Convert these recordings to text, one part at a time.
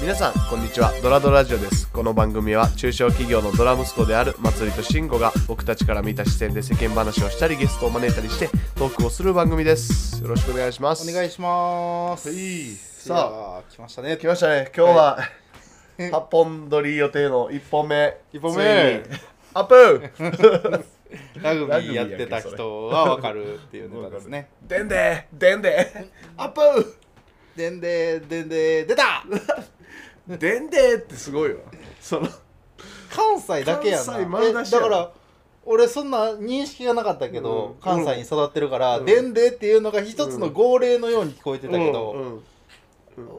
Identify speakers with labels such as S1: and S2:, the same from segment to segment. S1: 皆さんこんにちはドラドラジオですこの番組は中小企業のドラ息子であるまつりとしんごが僕たちから見た視点で世間話をしたりゲストを招いたりしてトークをする番組ですよろしくお願いします
S2: お願いします。
S1: はいさあ
S2: さあ、来ましたね。
S1: 来ましたね今日は、8本撮り予定の1本目
S2: 一本目
S1: ついにアップ
S2: ラ
S1: ラグビ
S2: グビ
S1: ー
S2: ー
S1: や
S2: や
S1: ん
S2: っ
S1: け
S2: てた人はわかるっていうネ タですね。
S1: でんででんでアップ
S2: でんでーでんでー出た
S1: でんでってすごいわその
S2: 関西だけやんな。
S1: 関西丸出しや
S2: え
S1: ろ
S2: だから、俺そんな認識がなかったけど、
S1: うん
S2: 関西に育ってるから、
S1: うん
S2: でんでーっていうのが一つの号令のように聞こえてたけ
S1: うん
S2: ど、
S1: うん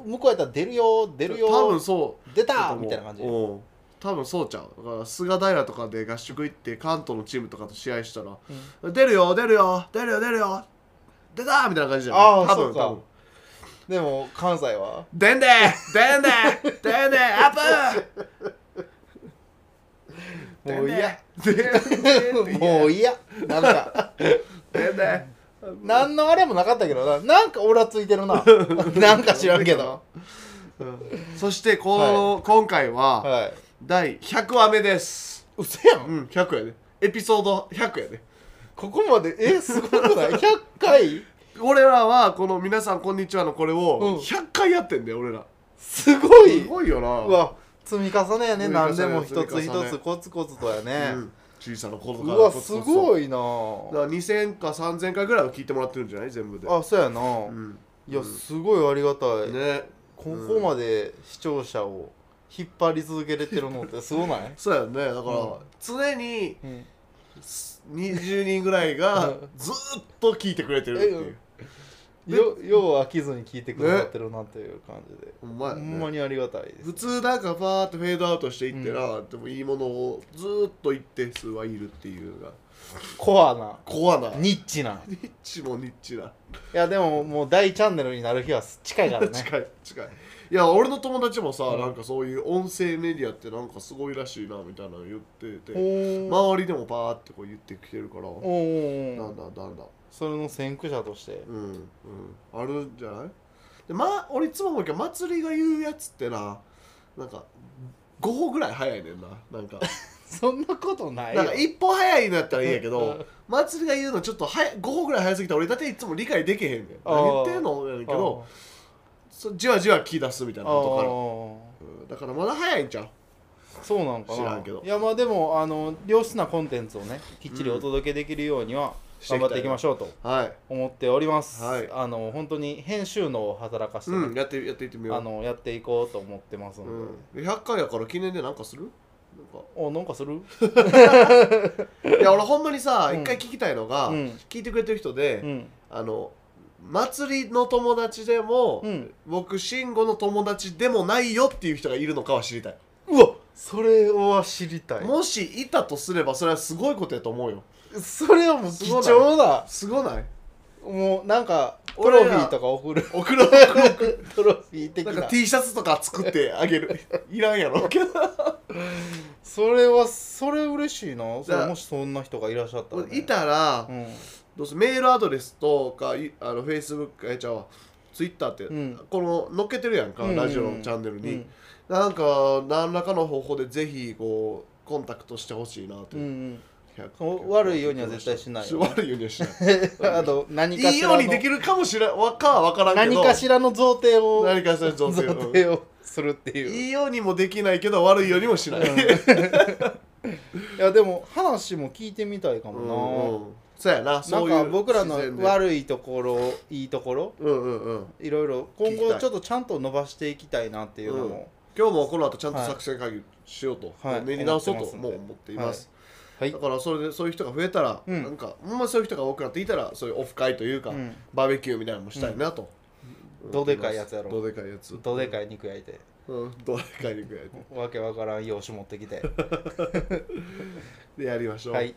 S2: 向こうやったら出るよー、出るよ
S1: 多分
S2: ー、
S1: そう
S2: 出たーみたいな感じ。
S1: うん多分そうちゃうだから菅平とかで合宿行って関東のチームとかと試合したら「出るよ出るよ出るよ出るよ出た!」みたいな感じじゃん
S2: あー
S1: 多
S2: そ
S1: 分
S2: うか
S1: 多分
S2: でも、関西は
S1: でんででんででんでアップ
S2: もう嫌。
S1: でんで
S2: もう嫌。なんか、
S1: でんで
S2: 何のあれもなかったけどな、なんかオラついて るな。なんか知らんけど。
S1: うんそしてこの、今回は
S2: はい。
S1: 第100話目です
S2: 嘘や。
S1: うんん100やでエピソード100やで
S2: ここまで、え、すごくない ?100 回
S1: 俺らはこの「皆さんこんにちは」のこれ
S2: うん
S1: を100回やってんだよ俺ら
S2: すごい
S1: すごいよな
S2: うわ、積み重ねやね。
S1: 積み重ね
S2: 何でも一つ
S1: 積み重
S2: 一
S1: ね
S2: つコツコツとや
S1: う
S2: ね
S1: ん。小さな頃
S2: う
S1: から
S2: わ、す
S1: い
S2: ごいな
S1: だから2000か3000回ぐらいは聞いてもらってるんじゃない全部で
S2: あ、そうやな
S1: うん
S2: いや、すごいありがたい。
S1: ね
S2: ここまで視聴者を引っ張り続けれてるのってすごない
S1: そうやねだから、
S2: うん
S1: 常に
S2: うん
S1: 20人ぐらいが
S2: うん
S1: ずーっと聞いてくれてるっていう
S2: よよう飽きずに聞いてくださってるなという感じで、
S1: ほんまや
S2: ほ
S1: ね
S2: んまにありがたいです
S1: 普通なんかパーってフェードアウトしていってな、でもいいものをずーっと一定数はいるっていうのが
S2: コアな
S1: コアなニ
S2: ニッチな
S1: ッチもニッチない
S2: やでももう大チャンネルになる日は 近いからね
S1: 近い近いいや俺の友達もさ、
S2: うん
S1: なんかそういう音声メディアってなんかすごいらしいなみたいなの言ってて
S2: おお
S1: 周りでもパーってこう言ってきてるから
S2: おー
S1: なんだなんだ
S2: それの先駆者として
S1: うんうんあるんじゃないでま俺いつも思うけど祭りが言うやつってななんか5歩ぐらい早いねんななんか
S2: そんなことないよ
S1: なんか一歩早いんだったらいいんやけ
S2: う
S1: ど
S2: ん
S1: 祭りが言うのちょっと早い5歩ぐらい早すぎたら俺だっていつも理解できへんねん
S2: あ
S1: 何
S2: ー
S1: 言ってんのやねんけどそじわじわ気出すみたい
S2: あ
S1: なことから
S2: ー
S1: うんだからまだ早いんちゃう
S2: そうなんかな
S1: 知らんけど
S2: いやまあでもあの良質なコンテンツをねきっちりお届けできるようには
S1: していきたいな
S2: 頑張っていきましょうと
S1: はい
S2: 思っております、
S1: はい
S2: あの本当に編集能を働かせてね、
S1: うん、やってやっていってみよう
S2: あのやっていこうと思ってますので、
S1: うん、100回やから記念でなんかするなん
S2: おなんかする
S1: かいや俺ほんまにさ
S2: うん
S1: 一回聞きたいのが、
S2: うん
S1: 聞いてくれてる人で、
S2: うん
S1: あの祭りの友達でも、
S2: うん
S1: 僕慎吾の友達でもないよっていう人がいるのかは知りたい、
S2: うわそれは知りたい
S1: もしいたとすればそれはすごいことやと思うよ
S2: それはもう貴重な
S1: すごない
S2: もうなんかト
S1: 俺
S2: ロ
S1: ら
S2: フィーとか送る
S1: 送ろう
S2: トロフィー的
S1: な
S2: なん
S1: か T シャツとか作ってあげ るいらんやろけど
S2: それはそれ嬉しいなそ
S1: だ
S2: れもしそんな人がいらっしゃったら、ね、
S1: いたら、
S2: うん
S1: どうせメールアドレスとかいあのフェイスブックえちゃうわツイッターって、
S2: うん
S1: この載っけてるやんか、
S2: うん
S1: ラジオのチャンネルに、
S2: うん
S1: なんか何らかの方法でぜひこうコンタクトしてほしいなと
S2: うん
S1: いう、
S2: そう悪いようには絶対し ないよ
S1: 悪いようにはしない
S2: うん あと何 か
S1: いい
S2: し
S1: よ
S2: ら
S1: う
S2: の
S1: にできるかもしれんわかは分からんけ
S2: 何
S1: ど
S2: かしらの贈呈を
S1: 何かしらの贈呈を
S2: 贈呈をするっていう
S1: いいようにもできないけど悪いようにもしない、 うん
S2: いやでも話も聞いてみたいか
S1: うん
S2: も
S1: そうやな
S2: な、
S1: そういう
S2: なんか僕らの
S1: 自然で
S2: 悪いところいいところ
S1: うんうんうん
S2: いろいろ
S1: 聞
S2: 今
S1: きたい
S2: 後ちょっとちゃんと伸ばしていきたいなっていうのも、
S1: 今日もこの後ちゃんと作戦会議しようと、
S2: はい
S1: 練り直そうと
S2: 思ってますん
S1: も
S2: で
S1: う思っています、
S2: はい
S1: だからそれでそういう人が増えたら、
S2: うん
S1: なんかほんまそういう人が多くなっていたらそういうオフ会というか、
S2: うん
S1: バーベキューみたいなのもしたいなと、
S2: うんどでかいやつやろ
S1: どでかいやつ
S2: どでかい肉焼いて
S1: うん、どでかい肉やつ
S2: わけわからん用紙持っ てきて
S1: でやりましょう
S2: はい、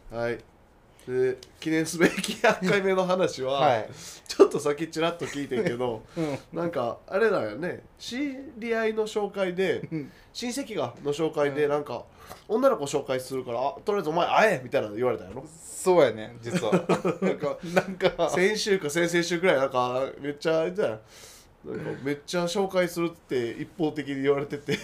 S1: で記念すべき100回目の話は、
S2: はい、
S1: ちょっとさっきちらっと聞いてんけど
S2: うん
S1: なんかあれだよね知り合いの紹介で
S2: うん
S1: 親戚がの紹介でなんか女の子紹介するからあとりあえずお前会えみたいなの言われたんやろ
S2: そうやね実は
S1: なんか
S2: なんか
S1: 先週か先々週くらいなんかめっちゃあれだよなんかめっちゃ紹介するって一方的に言われて て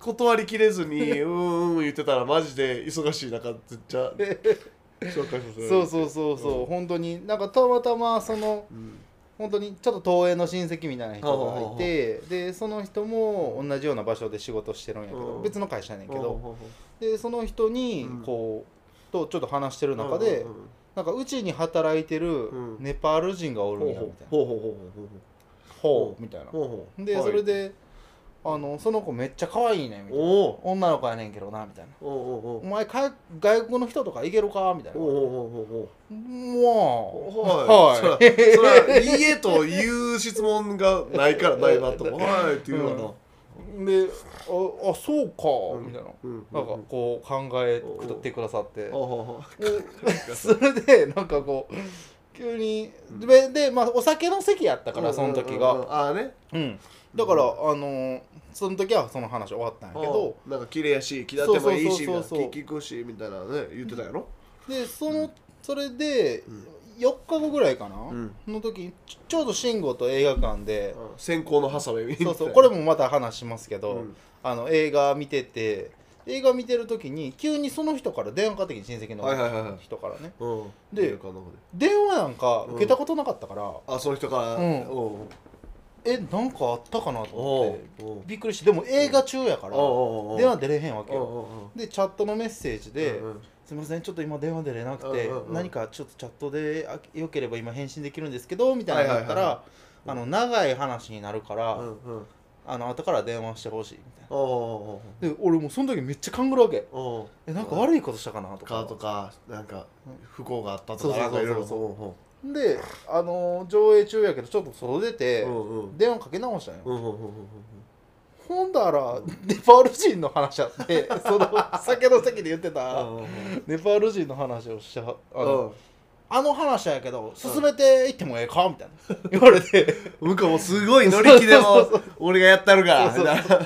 S1: 断りきれずに うーんうん言ってたらマジで忙しい中ずっちゃ紹介させられる
S2: そうそうそうそう、本当になんかたまたまその
S1: うん、
S2: 本当にちょっと東映の親戚みたいな人がいてでその人も同じような場所で仕事してるんやけ
S1: う
S2: ど
S1: ん
S2: 別の会社やねんけ
S1: うん
S2: どでその人に
S1: うん
S2: こうとちょっと話してる中で
S1: うん
S2: なんかうちに働いてる
S1: うん
S2: ネパール人がおるんやみたいな
S1: ほうほうほうほう
S2: ほうみたいな
S1: ほうほう
S2: で
S1: はい
S2: それであのその子めっちゃ可愛いねみたいな
S1: おう
S2: 女の子やねんけどなみたいな
S1: おうおうおう
S2: お前か外国の人とかいけるかみたいな
S1: おうおうおうおう
S2: もう
S1: は、
S2: はい
S1: そらそら家という質問がないからないなと思うはいっていうよ
S2: いでああそう
S1: う
S2: か
S1: な
S2: みたいな
S1: うんうん
S2: なんかこう考えくだってくださって
S1: おうおうおう
S2: で それでなんかこう急にでで、まあ、お酒の席やったからその
S1: うんう
S2: 時
S1: んう
S2: が
S1: んああね
S2: うんだからあのーその時はその話終わったんやけど
S1: うんなんか綺麗やし気立てもいいしみたいな
S2: そうそうそうそう
S1: 聞くしみたいなね言ってたやろ
S2: でそのそれで
S1: うん
S2: 4日後ぐらいかな
S1: うん
S2: の時にちょちょうど慎吾と映画館で
S1: 先行のハサウェイみたい
S2: そ
S1: な
S2: うそうこれもまた話しますけど、
S1: うん
S2: あの映画見てて映画見てる時に急にその人から電話かかってきて親戚
S1: はいはい
S2: の
S1: はいはい
S2: 人からね
S1: うん
S2: で
S1: 映画館の方で
S2: 電話なんか受けたことなかったから、
S1: あその人から
S2: うん
S1: おう
S2: えなんかあったかなと
S1: お
S2: 思
S1: う
S2: って
S1: おう
S2: びっくりしてでも映画中やから
S1: おうおうおう
S2: 電話出れへんわけ
S1: おう
S2: よ
S1: おうおう
S2: でチャットのメッセージで
S1: うんうん
S2: 「すみませんちょっと今電話出れなくて
S1: うんうんうん
S2: 何かちょっとチャットであよければ今返信できるんですけど」みたいなのだった
S1: はいはい
S2: らあの長い話になるから
S1: うんうん
S2: あの後から電話してほしいみたいな。
S1: おうおう
S2: で俺もうその時めっちゃ勘ぐるわけ
S1: おうおう
S2: えなんか悪いことしたかなと
S1: か
S2: か
S1: とかなんか不幸があったと
S2: そうそう
S1: か
S2: そう
S1: な
S2: そう
S1: か
S2: ん
S1: いろいろそ
S2: であのー上映中やけどちょっと外出
S1: う
S2: て
S1: うんうんうん
S2: 電話かけ直したんよ、
S1: うんうんうんうん
S2: ほんだらネパール人の話やって その酒の席で言ってた
S1: うんうん
S2: ネパール人の話をしちゃあの,、
S1: うん
S2: あの話やけど進めていってもええかみたいな言われて
S1: 向こうもすごい乗り気でも俺がやったるから
S2: そう
S1: みたいな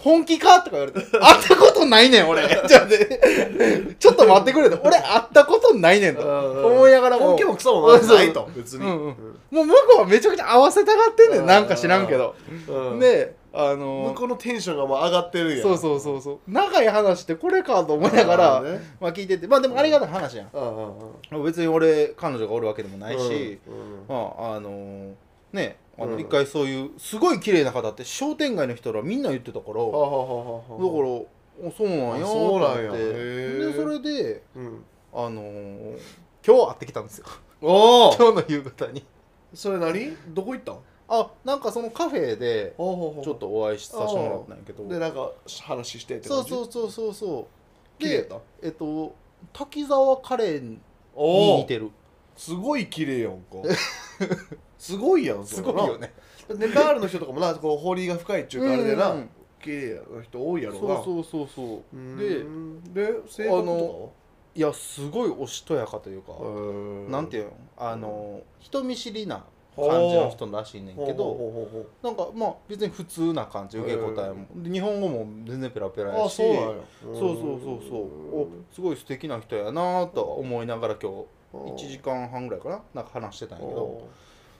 S2: 本気かとか言われて会ったことないねん俺ちょっと待ってちょっと待ってくれて俺会ったことないねんと思いながらも
S1: 本気もクソもな
S2: うんそう
S1: ないと別に
S2: うんうん
S1: うん
S2: もう向こうはめちゃくちゃ合わせたがってんねんなんか知らんけど
S1: うん
S2: であ
S1: 向
S2: のー
S1: こうのテンションがもう上がってるやん
S2: そうそうそうそう長い話ってこれかと思いながら
S1: うんうん
S2: まあ聞いててまあでもありがたい話やん
S1: うんうん
S2: 別に俺彼女がおるわけでもないし、
S1: うん
S2: まああのーねあ
S1: う
S2: の
S1: ん
S2: 一回そういうすごい綺麗な方って商店街の人らみんな言ってたからだ
S1: は
S2: か
S1: は
S2: ら
S1: ははは
S2: おそうなんや
S1: あそうなんや
S2: と思って
S1: へー
S2: でそれで
S1: うん
S2: あのー今日会ってきたんですよ
S1: おお
S2: 今日の夕方に
S1: それ何どこ行ったん
S2: あなんかそのカフェで
S1: ち
S2: ちょっとお会いさせてもらったんやけど
S1: でなんか話してって感
S2: そう
S1: じ
S2: そうそうそうそう
S1: 綺麗やっ
S2: で
S1: た
S2: えっと滝沢カレンに
S1: お
S2: 似
S1: お
S2: てる
S1: すごい綺麗やんかすごいやんそ
S2: す
S1: れ
S2: ご
S1: ない
S2: よね
S1: ネパールの人とかもなこう堀が深いっちゅうかあれで
S2: う
S1: なん綺麗な人多いやろ
S2: そうう
S1: な
S2: そうそうそううんで
S1: で性格と
S2: いやすごいおしとやかというか
S1: かはへー
S2: なんていうのあの人見知りな感じの人らしいねん
S1: ほう
S2: けど
S1: ほうほうほう
S2: なんかまあ別に普通な感じ受け答えもで日本語も全然ペラペラや
S1: あ
S2: し
S1: そうなんや
S2: そうそうそうそうおすごい素敵な人やなとは思いながら今日1時間半ぐらいかななんか話してたんやけど
S1: お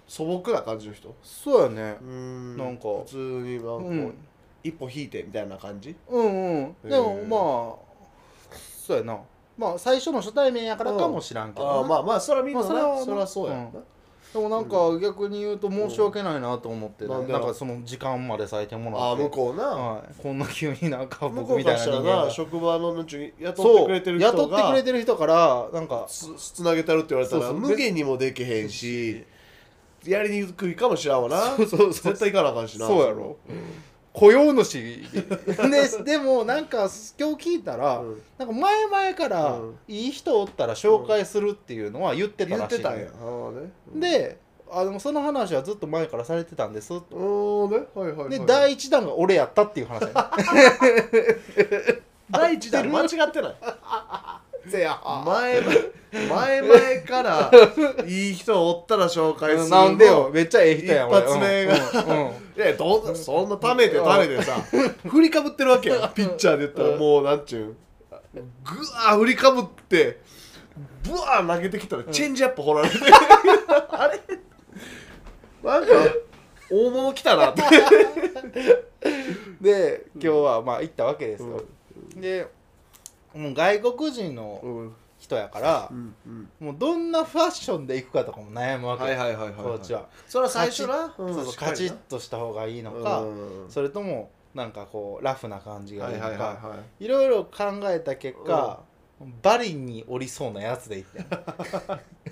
S1: 素朴な感じの人
S2: そうやね
S1: うん
S2: なんか
S1: 普通になんかこう
S2: うん
S1: 一歩引いてみたいな感じ
S2: うんうんで
S1: へー
S2: もまあそうやなまあ最初の初対面やからかもしらんけどな
S1: あーまあまあそれはみんな
S2: まあそれは
S1: なそれはそうやんな
S2: でもなんか逆に言うと申し訳ないなと思ってね、
S1: うんなんで
S2: なんかその時間まで割いてもら
S1: あ
S2: っ
S1: あ
S2: て
S1: 向こうな
S2: はい、こんな急になんか
S1: 向
S2: 僕
S1: こう
S2: みた
S1: からし
S2: いな人
S1: たら
S2: 間
S1: な
S2: が
S1: 職場のなんちゅう雇っ
S2: そ
S1: て
S2: う
S1: くれてる人が
S2: 雇ってくれてる人からなんか
S1: つつなげたるって言われたら
S2: そうそう
S1: 無限にもできへんしやりにくいかもしらんわな
S2: そうそうそう
S1: 絶対行かなあかんしな
S2: そうやろ雇用主ででもなんか今日聞いたら、
S1: うん
S2: なんか前々から
S1: うん
S2: いい人おったら紹介するっていうのは言ってた
S1: 言
S2: ら
S1: っ
S2: しい
S1: て
S2: ね、
S1: たんやああね
S2: であでもその話はずっと前からされてたんです
S1: うーんねはいはいはい
S2: で第一弾が俺やったっていう話 やね
S1: 第一弾間違って ない
S2: せや
S1: 前前前々からいい人おったら紹介するの
S2: なんでよめっちゃええ人やん俺
S1: 一発目が
S2: うんうん
S1: いやどうそんなためてためてさ振りかぶってるわ けやんピッチャーで言ったらもうなんちゅうんぐわー振りかぶってブワー投げてきたらチェンジアップ掘られてあれなんか大物来たなっ て
S2: で今日はまあ行ったわけですよ、でもう外国人
S1: う
S2: の
S1: ん
S2: 人やから
S1: う、んうん
S2: もうどんなファッションで行くかとかも悩むわけ、
S1: はいはいはいはい
S2: こっちは
S1: それは最初な
S2: そうそうカチッとした方がいいの
S1: と
S2: か、
S1: うん
S2: それともなんかこうラフな感じが
S1: はい
S2: い
S1: はいい
S2: のか、
S1: はいいは
S2: ろいろ考えた結果、バリにおりそうなやつで行ってん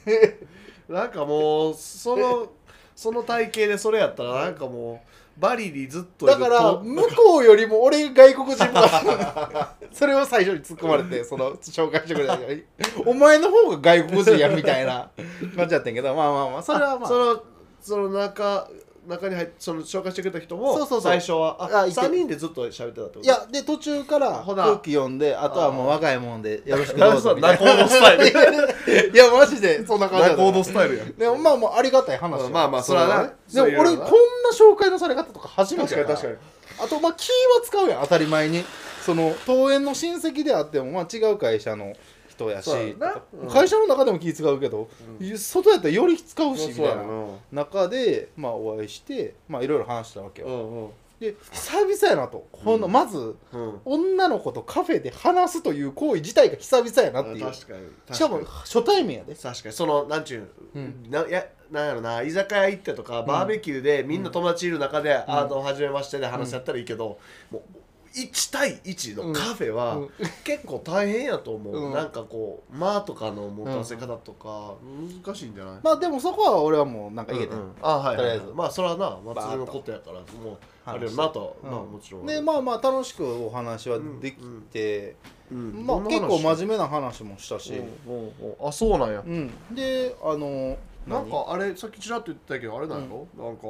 S1: いなんかもうそのその体型でそれやったらなんかもうバリにずっとい
S2: だ
S1: ると
S2: から向こうよりも俺外 国人だそれを最初に突っ込まれてその紹介してくれた人にお前の方が外国人やみた いな感じやってんけどまあまあまあそれはまあ
S1: そのその中中に入ってその紹介してくれた人も
S2: そうそうそう
S1: 最初は
S2: あ
S1: あ
S2: いて
S1: 三3人でずっと喋ってたってことい
S2: いやで途中から
S1: ほな
S2: 空気読んであとはもう
S1: あー
S2: 若いもんでよろしくど
S1: 何
S2: う
S1: そ
S2: ぞ
S1: の
S2: みたい
S1: 仲
S2: な
S1: 人スタイル
S2: いやマジでそんな感じだ
S1: 仲
S2: った
S1: 人スタイルやん
S2: でもまあまあありがたい話よ
S1: まあまあそれはな
S2: でも
S1: そういうのはな
S2: 俺こんな紹介のされ方とか初め
S1: 確
S2: て
S1: か
S2: や
S1: に
S2: から
S1: 確かに
S2: あとまあ気は使うやん当たり前にその登園の親戚であってもまあ違う会社の人やし
S1: そうやなうん
S2: 会社の中でも気使うけど、外やったらより使うしみ
S1: そう
S2: た
S1: やな
S2: いな
S1: うん
S2: 中でまあお会いしてまあいろいろ話したわけよ、
S1: うん
S2: で久々やなとこの、
S1: うん
S2: まず
S1: うん
S2: 女の子とカフェで話すという行為自体が久々やなっていう
S1: 確かに
S2: しかも初対面やで
S1: 確かにそのなんちゅう、
S2: うん
S1: なやなんやろな居酒屋行ってとかバーベキューでみんな友達いる中で、あどうも初めましてで話し合ったらいいけど、もう1対1のカフェは、
S2: うんうん
S1: 結構大変やと思う、
S2: うん
S1: なんかこう「間」とかの持たせ方とか、難しいんじゃない、
S2: まあでもそこは俺はもうなんか
S1: う
S2: い
S1: ん
S2: けてる、
S1: うんあはい
S2: と
S1: とり
S2: りあ
S1: あ
S2: え
S1: え
S2: ず
S1: ずまあそれはな
S2: バーッと
S1: 祭りのことやからもうあれよなと、まあもちろん
S2: でまあまあ楽しくお話はできて、
S1: うん
S2: まあ、
S1: どんな話
S2: 結構真面目な話もしたし、
S1: おうおうおうあそうなんや
S2: う、ん、であの
S1: なんかあれさっきちらっと言ってたけどあれなんやろ、なんか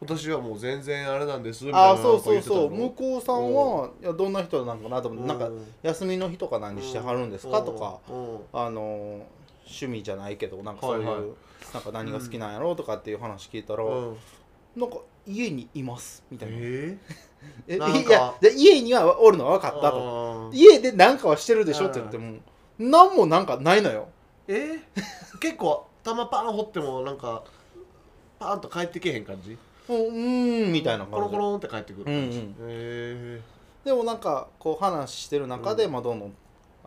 S1: 私はもう全然あれなんですみたいな
S2: あそうそうそ
S1: なん
S2: う
S1: か言
S2: 向
S1: って
S2: こうさんはいやどんな人なんかなと思ってなんか
S1: うん
S2: 休みの日とか何してはるんです
S1: た
S2: か
S1: の
S2: とか
S1: うんうん
S2: あの趣味じゃないけどなんかそういう、
S1: はいはい
S2: なんか何が好きなんやろうとかっていう話聞いたら、
S1: うん
S2: なんか家にいますみたいな。
S1: え
S2: え
S1: なんか
S2: いやで家にはおるのは分か
S1: ー
S2: ったと
S1: うん
S2: 家で何かはしてるでしょって言っても何もなんかないのよ
S1: えー結構玉パン掘ってもなんかパーンと帰ってけへん感じ
S2: うんうーんみたいな
S1: コ
S2: 感
S1: ロコ
S2: じで
S1: ロンって帰ってくる感じ
S2: うんうん
S1: え
S2: でもなんかこう話してる中で、
S1: うん
S2: まあ、どんどん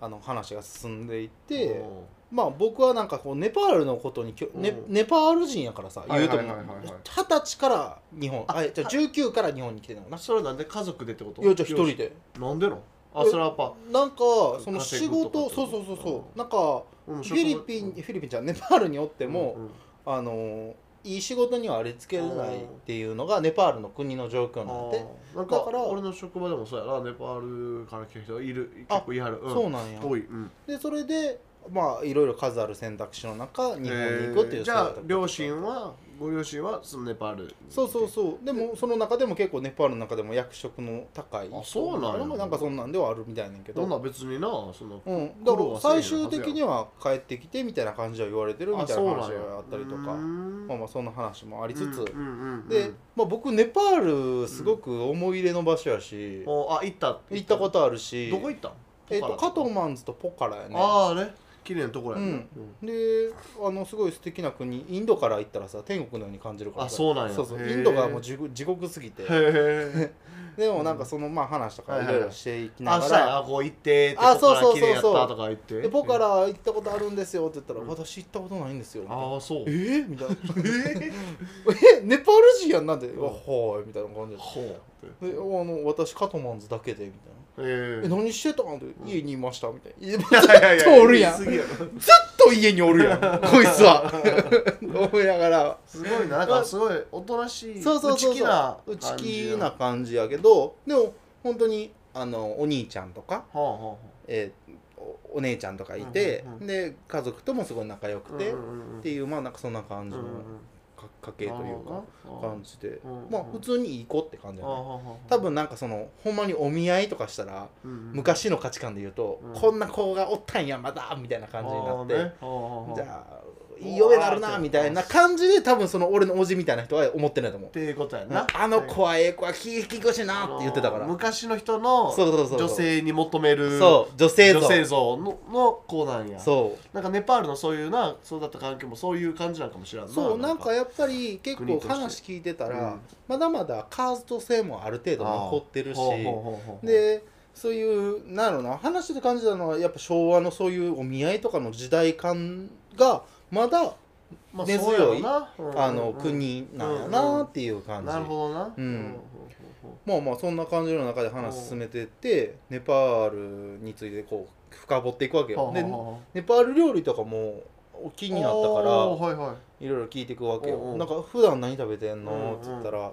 S2: あの話が進んでいっ
S1: ー
S2: て、
S1: うん
S2: まあ僕はなんかこうネパールのことにきょ、ね
S1: うん
S2: ネパール人やからさ
S1: はい
S2: 言うと
S1: はい
S2: も
S1: はいはいはい
S2: 二十歳から日本あ
S1: あ
S2: じゃあ19から日本に来てたのかな
S1: それなんで家族でってこと
S2: いやじゃあ一人で
S1: なんでのあ
S2: え
S1: それはやっぱ
S2: なんかその仕
S1: 稼ぐとかっ
S2: 事
S1: て
S2: そ
S1: こ
S2: う
S1: と
S2: そうそうそううなんか
S1: フ
S2: フィリピンフィリピンじゃんネパールにおっても、あのーいい仕事にはありつけないっていうのがネパールの国の状況なんで
S1: なんか
S2: だから
S1: 俺の職場でもそうやなネパールから来た人いる結構いはるん
S2: そうなんや
S1: 多いうん
S2: でそれでまあいろいろ数ある選択肢の中日本に行くってい
S1: え
S2: う
S1: ーじゃあ
S2: 選択肢
S1: 両親はご両親はそのネパール
S2: そうそうそうでもその中でも結構ネパールの中でも役職の高い
S1: あそうなんや
S2: なんかそんなんではあるみたいなんやけ
S1: ど
S2: ど
S1: んな別になその
S2: うん、だか
S1: 苦労
S2: ら
S1: はせえへんは
S2: 最
S1: ずや
S2: 終的には帰ってきてみたいな感じは言われてるみたいな話があったりとかまあまあそんな話もありつつ、で、まあ、僕ネパールすごく思い入れの場所やし、
S1: もうあ行った
S2: 行ったことあるし
S1: どこ行ったん
S2: えっとカト
S1: ン
S2: ーマンズとポカラやね
S1: ああね綺麗なとこやね
S2: うんであのすごい素敵な国インドから行ったらさ天国のように感じるから
S1: あそうなんや
S2: そうそう
S1: へー
S2: インドがもう地獄地獄すぎて
S1: へえ
S2: でもなんかそのまあ話とかいろいろしていきな
S1: あ
S2: が
S1: そうや
S2: ら
S1: なこう行ってって
S2: あそう
S1: ここか
S2: そう
S1: ら
S2: そうそう
S1: 綺麗やったとか言って
S2: で僕から行ったことあるんですよって言ったら
S1: うん
S2: 私行ったことないんですよみたいな
S1: ああそう
S2: えーみたいな
S1: え
S2: えネパール人やんなんで
S1: ん
S2: わ はいみたいな感じで
S1: ほう
S2: であの私カトマンズだけでみたい
S1: え
S2: なえ
S1: ー
S2: 何してたんで家にいましたみたいないやず
S1: いやいやいや
S2: ずっとおるやん
S1: 言い過ぎろ
S2: っと家にお るやんこいつは思いながら
S1: すごいななんかすごいおとなしい
S2: そうそうそう
S1: 内気な
S2: そう内
S1: 感じ
S2: 気な感じやけどでも本当にあのお兄ちゃんとか、
S1: はあは
S2: えーおお姉ちゃんとかい
S1: う
S2: て、
S1: んうんうん
S2: で家族ともすごい仲良く
S1: あ
S2: て、
S1: うんうんうん
S2: っていうまあなんかそんな感じのか家系というか感じで、
S1: うんうん
S2: まあ普通にいい子って感じやね、多
S1: 多
S2: 分なんかそのほんまにお見合いとかしたら、
S1: 昔
S2: 昔の価値観で言うと、
S1: うん
S2: こんな子がおったんやまだみたいな感じになって、じ
S1: あ
S2: ゃあいい嫁なるなみたいな感じで多分その俺のおじみたいな人は思ってないと思う
S1: っていうことや
S2: な
S1: な
S2: あの子はええ子は気引き越しなって言ってたから、
S1: あの昔の人の
S2: そうそうそうそう
S1: 女性に求める
S2: そう女性像
S1: 女性像のの子なんや
S2: そ
S1: なんかネパールのそういうな育った環境もそういう感じなんかもしらん
S2: う
S1: な
S2: そうなんかやっぱり結
S1: 国
S2: 構
S1: として
S2: 話聞いてたら、
S1: うん
S2: まだまだカースト性もある程度残ってるし
S1: ほうほうほうほう
S2: でそういうなんやろな話してて感じたのはやっぱ昭和のそういうお見合いとかの時代感がまだ、
S1: まあ
S2: 根強い
S1: そうやろなうんうんうん
S2: あの国なんやなっていう感じ、
S1: なるほどな
S2: うん
S1: うんうんうん
S2: まあまあそんな感じの中で話進めてってネパールについてこう深掘っていくわけよ
S1: ほう
S2: で
S1: ほうほう
S2: ネパール料理とかも気になったから
S1: おーはいはい
S2: いろいろ聞いていくわけよ、
S1: おうおう
S2: なんか普段何食べてんの
S1: う
S2: っ
S1: んう
S2: て
S1: ん
S2: 言ったら、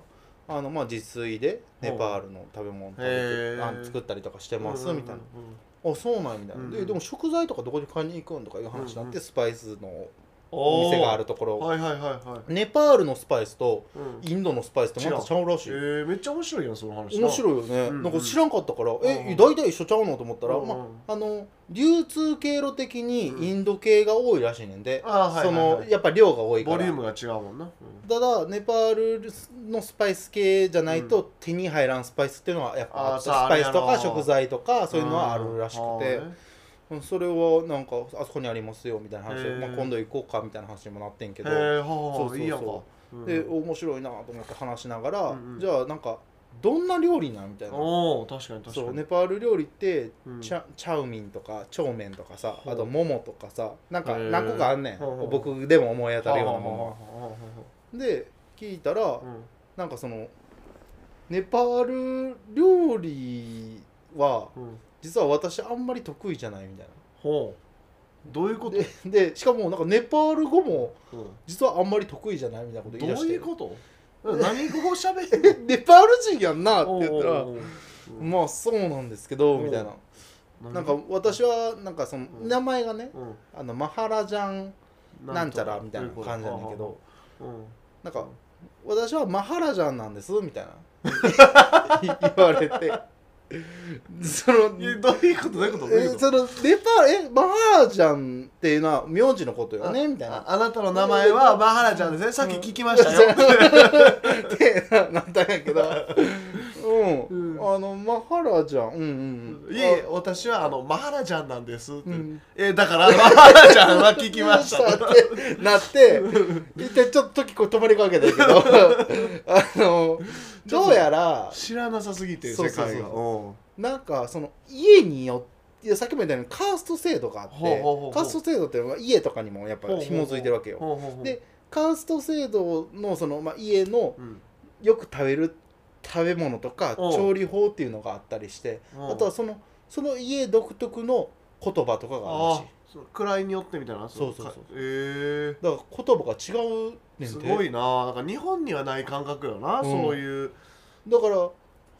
S2: あのまあ自炊でネパールの食べ物食べて、
S1: へー
S2: あの作ったりとかしてます、み
S1: うんう
S2: たいな
S1: んうん
S2: あそうなんやみたいな、
S1: うん
S2: ででも食材とかどこに買いに行くんとかいう話になって、
S1: うんうん
S2: スパイスの
S1: おー
S2: お店があるところ
S1: はいはいはいはい
S2: ネパールのスパイスと
S1: うん
S2: インドのスパイスってまたちゃうらしい
S1: えーめっちゃ面白いやんその話な
S2: 面白いよね、
S1: うん
S2: なんか知らんかったから、
S1: う
S2: え
S1: ん
S2: 大体一緒ちゃうのと思ったら、
S1: うんうん
S2: まあ、あの流通経路的にインド系が多いらしいねんで、
S1: あーはい
S2: その、
S1: はいはい
S2: やっぱ量が多いから
S1: ボリュームが違うもんなうん
S2: ただネパールのスパイス系じゃないと手に入らんスパイスっていうのはやっ
S1: あ
S2: ぱ
S1: ー
S2: ス
S1: そうあ
S2: パ
S1: れ
S2: イ
S1: や
S2: ス
S1: ろ
S2: とか食材とかそういうのはあるらしくて
S1: うんあーね
S2: うんそれはなんかあそこにありますよみたいな話
S1: へ
S2: で、
S1: ー
S2: まあ、今度行こうかみたいな話にもなってんけど
S1: へえほうほ
S2: そうそうそうう
S1: いいやんかうん
S2: で面白いなと思って話しながら、
S1: うんうん
S2: じゃあなんかどんな料理なんみたいな
S1: おお確かに確かに
S2: そうネパール料理って
S1: うん
S2: チャ,、チャウミンとかチョウメンとかさ
S1: ほう
S2: あとモモとかさなん
S1: へ
S2: か
S1: ー
S2: 何個かあんねん
S1: ほうほう
S2: 僕でも思い当たるような
S1: は
S2: も
S1: あはあは
S2: ので聞いたら、
S1: あはあうん
S2: なんかそのネパール料理は
S1: うん
S2: 実は私あんまり得意じゃないみたい
S1: ほうどういうこと
S2: なでしかもなんかネパール語も
S1: うん
S2: 実はあんまり得意じゃないみたいなこと
S1: ど
S2: 言
S1: う
S2: い出して
S1: いうこと何語を 喋って
S2: えネパール人やんなって
S1: お
S2: 言ったら
S1: うおう
S2: まあそうなんですけど
S1: うん
S2: みたいな
S1: おう
S2: なんか私はなんかその
S1: うん
S2: 名前がね
S1: うん
S2: あのマハラジャンなんちゃら
S1: と
S2: みたいな感じなんだけど
S1: うん
S2: なんか私はマハラジャンなんですみ たいな言われてその
S1: えどういうことどういうことどういう
S2: え
S1: こと
S2: そのネパールえマハラジャンっていうのは名字のことよねみたい
S1: あ
S2: な。
S1: あなたの名前はマハラちゃんですねさっき聞きましたよ
S2: ってなったんやけど、う
S1: う
S2: ん、
S1: ん
S2: あのマハラジャン、うんうんうん、
S1: いえいえ私はあのマハラちゃんなんですって
S2: うん
S1: えだからマハラちゃんは聞きました
S2: ってなって一体ちょっと時こう止まりかけたけど あのどうやら
S1: 知らなさすぎて
S2: そう
S1: 世
S2: そうそう
S1: 界がうん
S2: なんかその家によっていやさっきも言ったようにカースト制度があって
S1: ほうほうほう
S2: カースト制度っていうのは家とかにもやっぱり紐づいてるわけよ
S1: ほうほうほう
S2: でカースト制度のその、まあ、家の
S1: うん
S2: よく食べる食べ物とか
S1: うん
S2: 調理法っていうのがあったりしてあとはそのその家独特の言葉とかがあ
S1: あ
S2: るし
S1: そう位によってみたいな
S2: そうそうそう
S1: かえ
S2: だから言葉が違
S1: え
S2: うねんて
S1: すごいななんか日本にはない感覚よな、
S2: うん
S1: そういう
S2: だから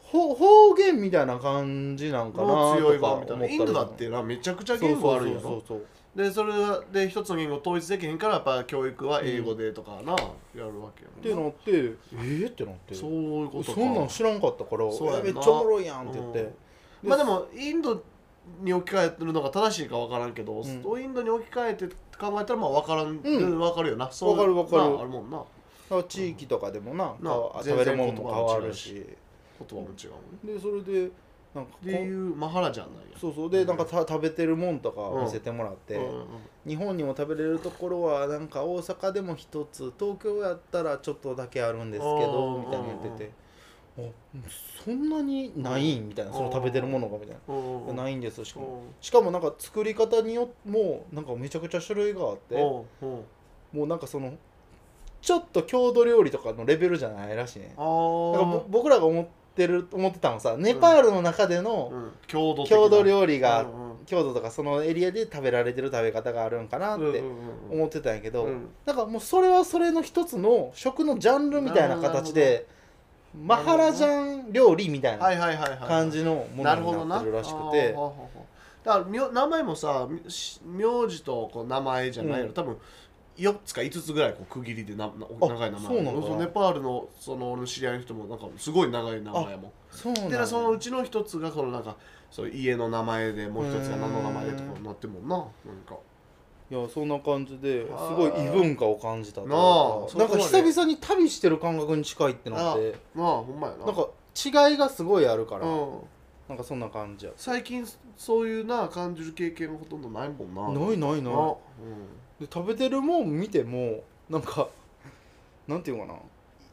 S2: ほ方言みたいな感じなんかな
S1: の強い
S2: とか
S1: わ
S2: 思
S1: み
S2: ったた
S1: い
S2: り
S1: なインドだってなめちゃくちゃ言語あるよな
S2: そうそうそう
S1: でそれで一つの言語統一できへんからやっぱ教育は英語でとかな、やるわけよな
S2: っていうのってえー、ってなって
S1: そういうことか
S2: そんなん知らんかったから
S1: そうやんな
S2: えめっちゃおもろいやんって言って、
S1: うんまあでもインドに置き換えるのが正しいか分からんけど、
S2: ん
S1: インドに置き換えて考えたらまあ分からん、
S2: ん
S1: 分かるよなそう
S2: 分かる分かる
S1: なあるもんな
S2: だから地域とかでもな
S1: な
S2: か
S1: 全
S2: 食
S1: 然
S2: べるものも変わるし
S1: 言葉も違うもんね
S2: でそれでなんかこ
S1: っていうマハラじゃないや
S2: そうそうでなんかた食べてるもんとか
S1: うん
S2: 見せてもらって、
S1: うんうん
S2: 日本にも食べれるところはなんか大阪でも一つ東京やったらちょっとだけあるんですけ
S1: う
S2: ど
S1: ん
S2: みたいなの言っててあそんなにないみたいなその食べてるものがみたい
S1: うんう
S2: なんないんですしかも
S1: う
S2: しかもなんか作り方によってもなんかめちゃくちゃ種類があって
S1: ん
S2: も
S1: うんうん
S2: うなんかそのちょっと郷土料理とかのレベルじゃないらしいね
S1: あ
S2: だからぼ
S1: ー
S2: 僕らが思ってる思ってたのはさネパールの中での
S1: うん郷土的な
S2: 郷土料理があっ
S1: うんうん
S2: 郷土とかそのエリアで食べられてる食べ方があるんかなっ
S1: うんうん
S2: て
S1: うん
S2: 思ってたんやけど、
S1: うん
S2: なんかもうそれはそれの一つの食のジャンルみたいな形でマハラジャン料理みたい
S1: は
S2: ない
S1: はいはいはい
S2: 感じのも
S1: なるほ
S2: の
S1: ど
S2: に
S1: な
S2: なってるらしくて
S1: あーほうほうほうだからみょ名前もさみし名字とこう名前じゃないの、
S2: うん
S1: 多分4つか5つぐらいこう区切りでななお
S2: あ
S1: 長い名前
S2: そうなのかな
S1: のネパールのその俺の知り合いの人もなんかすごい長い名前も
S2: そうなん
S1: で
S2: や
S1: そのうちの一つがこのなんかそう家の名前でもう一つが何の名前でとかになってるもんななんか
S2: いやそんな感じです
S1: あー
S2: ごい異文化を感じたというか
S1: な
S2: な
S1: あ
S2: んか
S1: そこまで
S2: 久々に旅してる感覚に近いってなって
S1: まあほんまやな
S2: なんか違いがすごいあるから、
S1: うん、
S2: なんかそんな感じや
S1: 最近そういうな感じる経験がほとんどないもんな
S2: ないないない
S1: な、うん、
S2: で食べてるもん見てもなんか なんていうのかな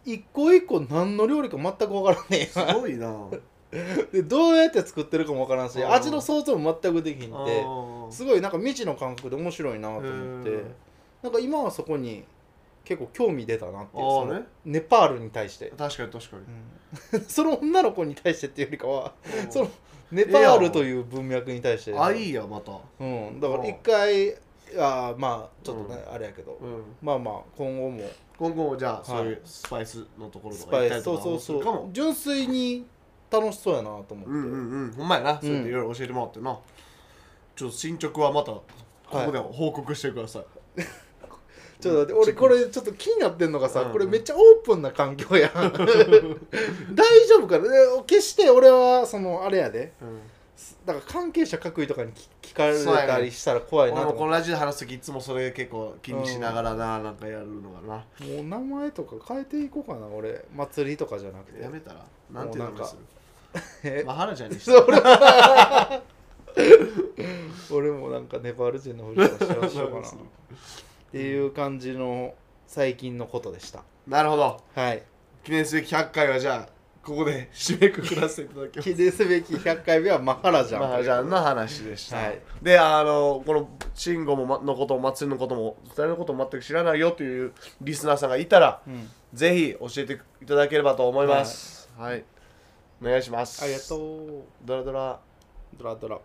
S2: 一個一個何の料理か全く分からんね
S1: すごいな
S2: え でどうやって作ってるかも分からんし
S1: うん
S2: 味の想像も全くできひん
S1: あ
S2: で
S1: ー
S2: すごいなんか未知の感覚で面白いなと思って
S1: うん
S2: なんか今はそこに結構興味出たなっていう
S1: あ
S2: そ
S1: ー
S2: の
S1: ね
S2: ネパールに対して、
S1: 確かに確かに
S2: うん その女の子に対してっていうよりかは
S1: うん
S2: そのネパールという文脈に対して
S1: あいいやまたう
S2: うん、だから一回あーまあちょっとね、あれやけど
S1: ん
S2: まあまあ今後も
S1: 今後もじゃあそうい
S2: は
S1: うスパイスのところと
S2: ス
S1: か行
S2: パ
S1: っ
S2: イ
S1: た
S2: ス
S1: りと
S2: そう
S1: か
S2: そう
S1: もす
S2: そ
S1: るかも
S2: う純粋に楽しそうやなと思って、
S1: うんうんうんほんまやなそうやっていろいろ教えてもらってなちょっと進捗はまたここで報告してください
S2: ちょっと待って俺これちょっと気になってんのがさ、
S1: うんうん
S2: これめっちゃオープンな環 境やん 大丈夫かなで決して俺はそのあれやで
S1: うん
S2: だから関係者各位とかに聞聞か
S1: そうや
S2: れた
S1: ね
S2: りしたら怖いな
S1: 俺
S2: と
S1: もこ
S2: 思
S1: のラジオで話す時いつもそれ結構気にしながらななんかやるのが
S2: ってもう名前とか変えていこうかな俺祭りとかじゃなく
S1: なや
S2: て
S1: めたらなんていうのにする
S2: え
S1: まあ花ちゃんにして
S2: そう俺も俺もなんかネパール人のふりとかしようしようかなっていう感じの最近のことでした
S1: なるほど
S2: はい
S1: 記念すべき100回はじゃあここで締めくくらせていただきます
S2: 記念すべき100回目はマハラジャン
S1: マハジャンの話でした、
S2: はい
S1: であのこの慎吾もまのことも松井のことも2人のことも全く知らないよというリスナーさんがいたら
S2: うん
S1: ぜひ教えていただければと思いますはい、お願いします
S2: ありがとう
S1: ドラドラ
S2: ドラドラ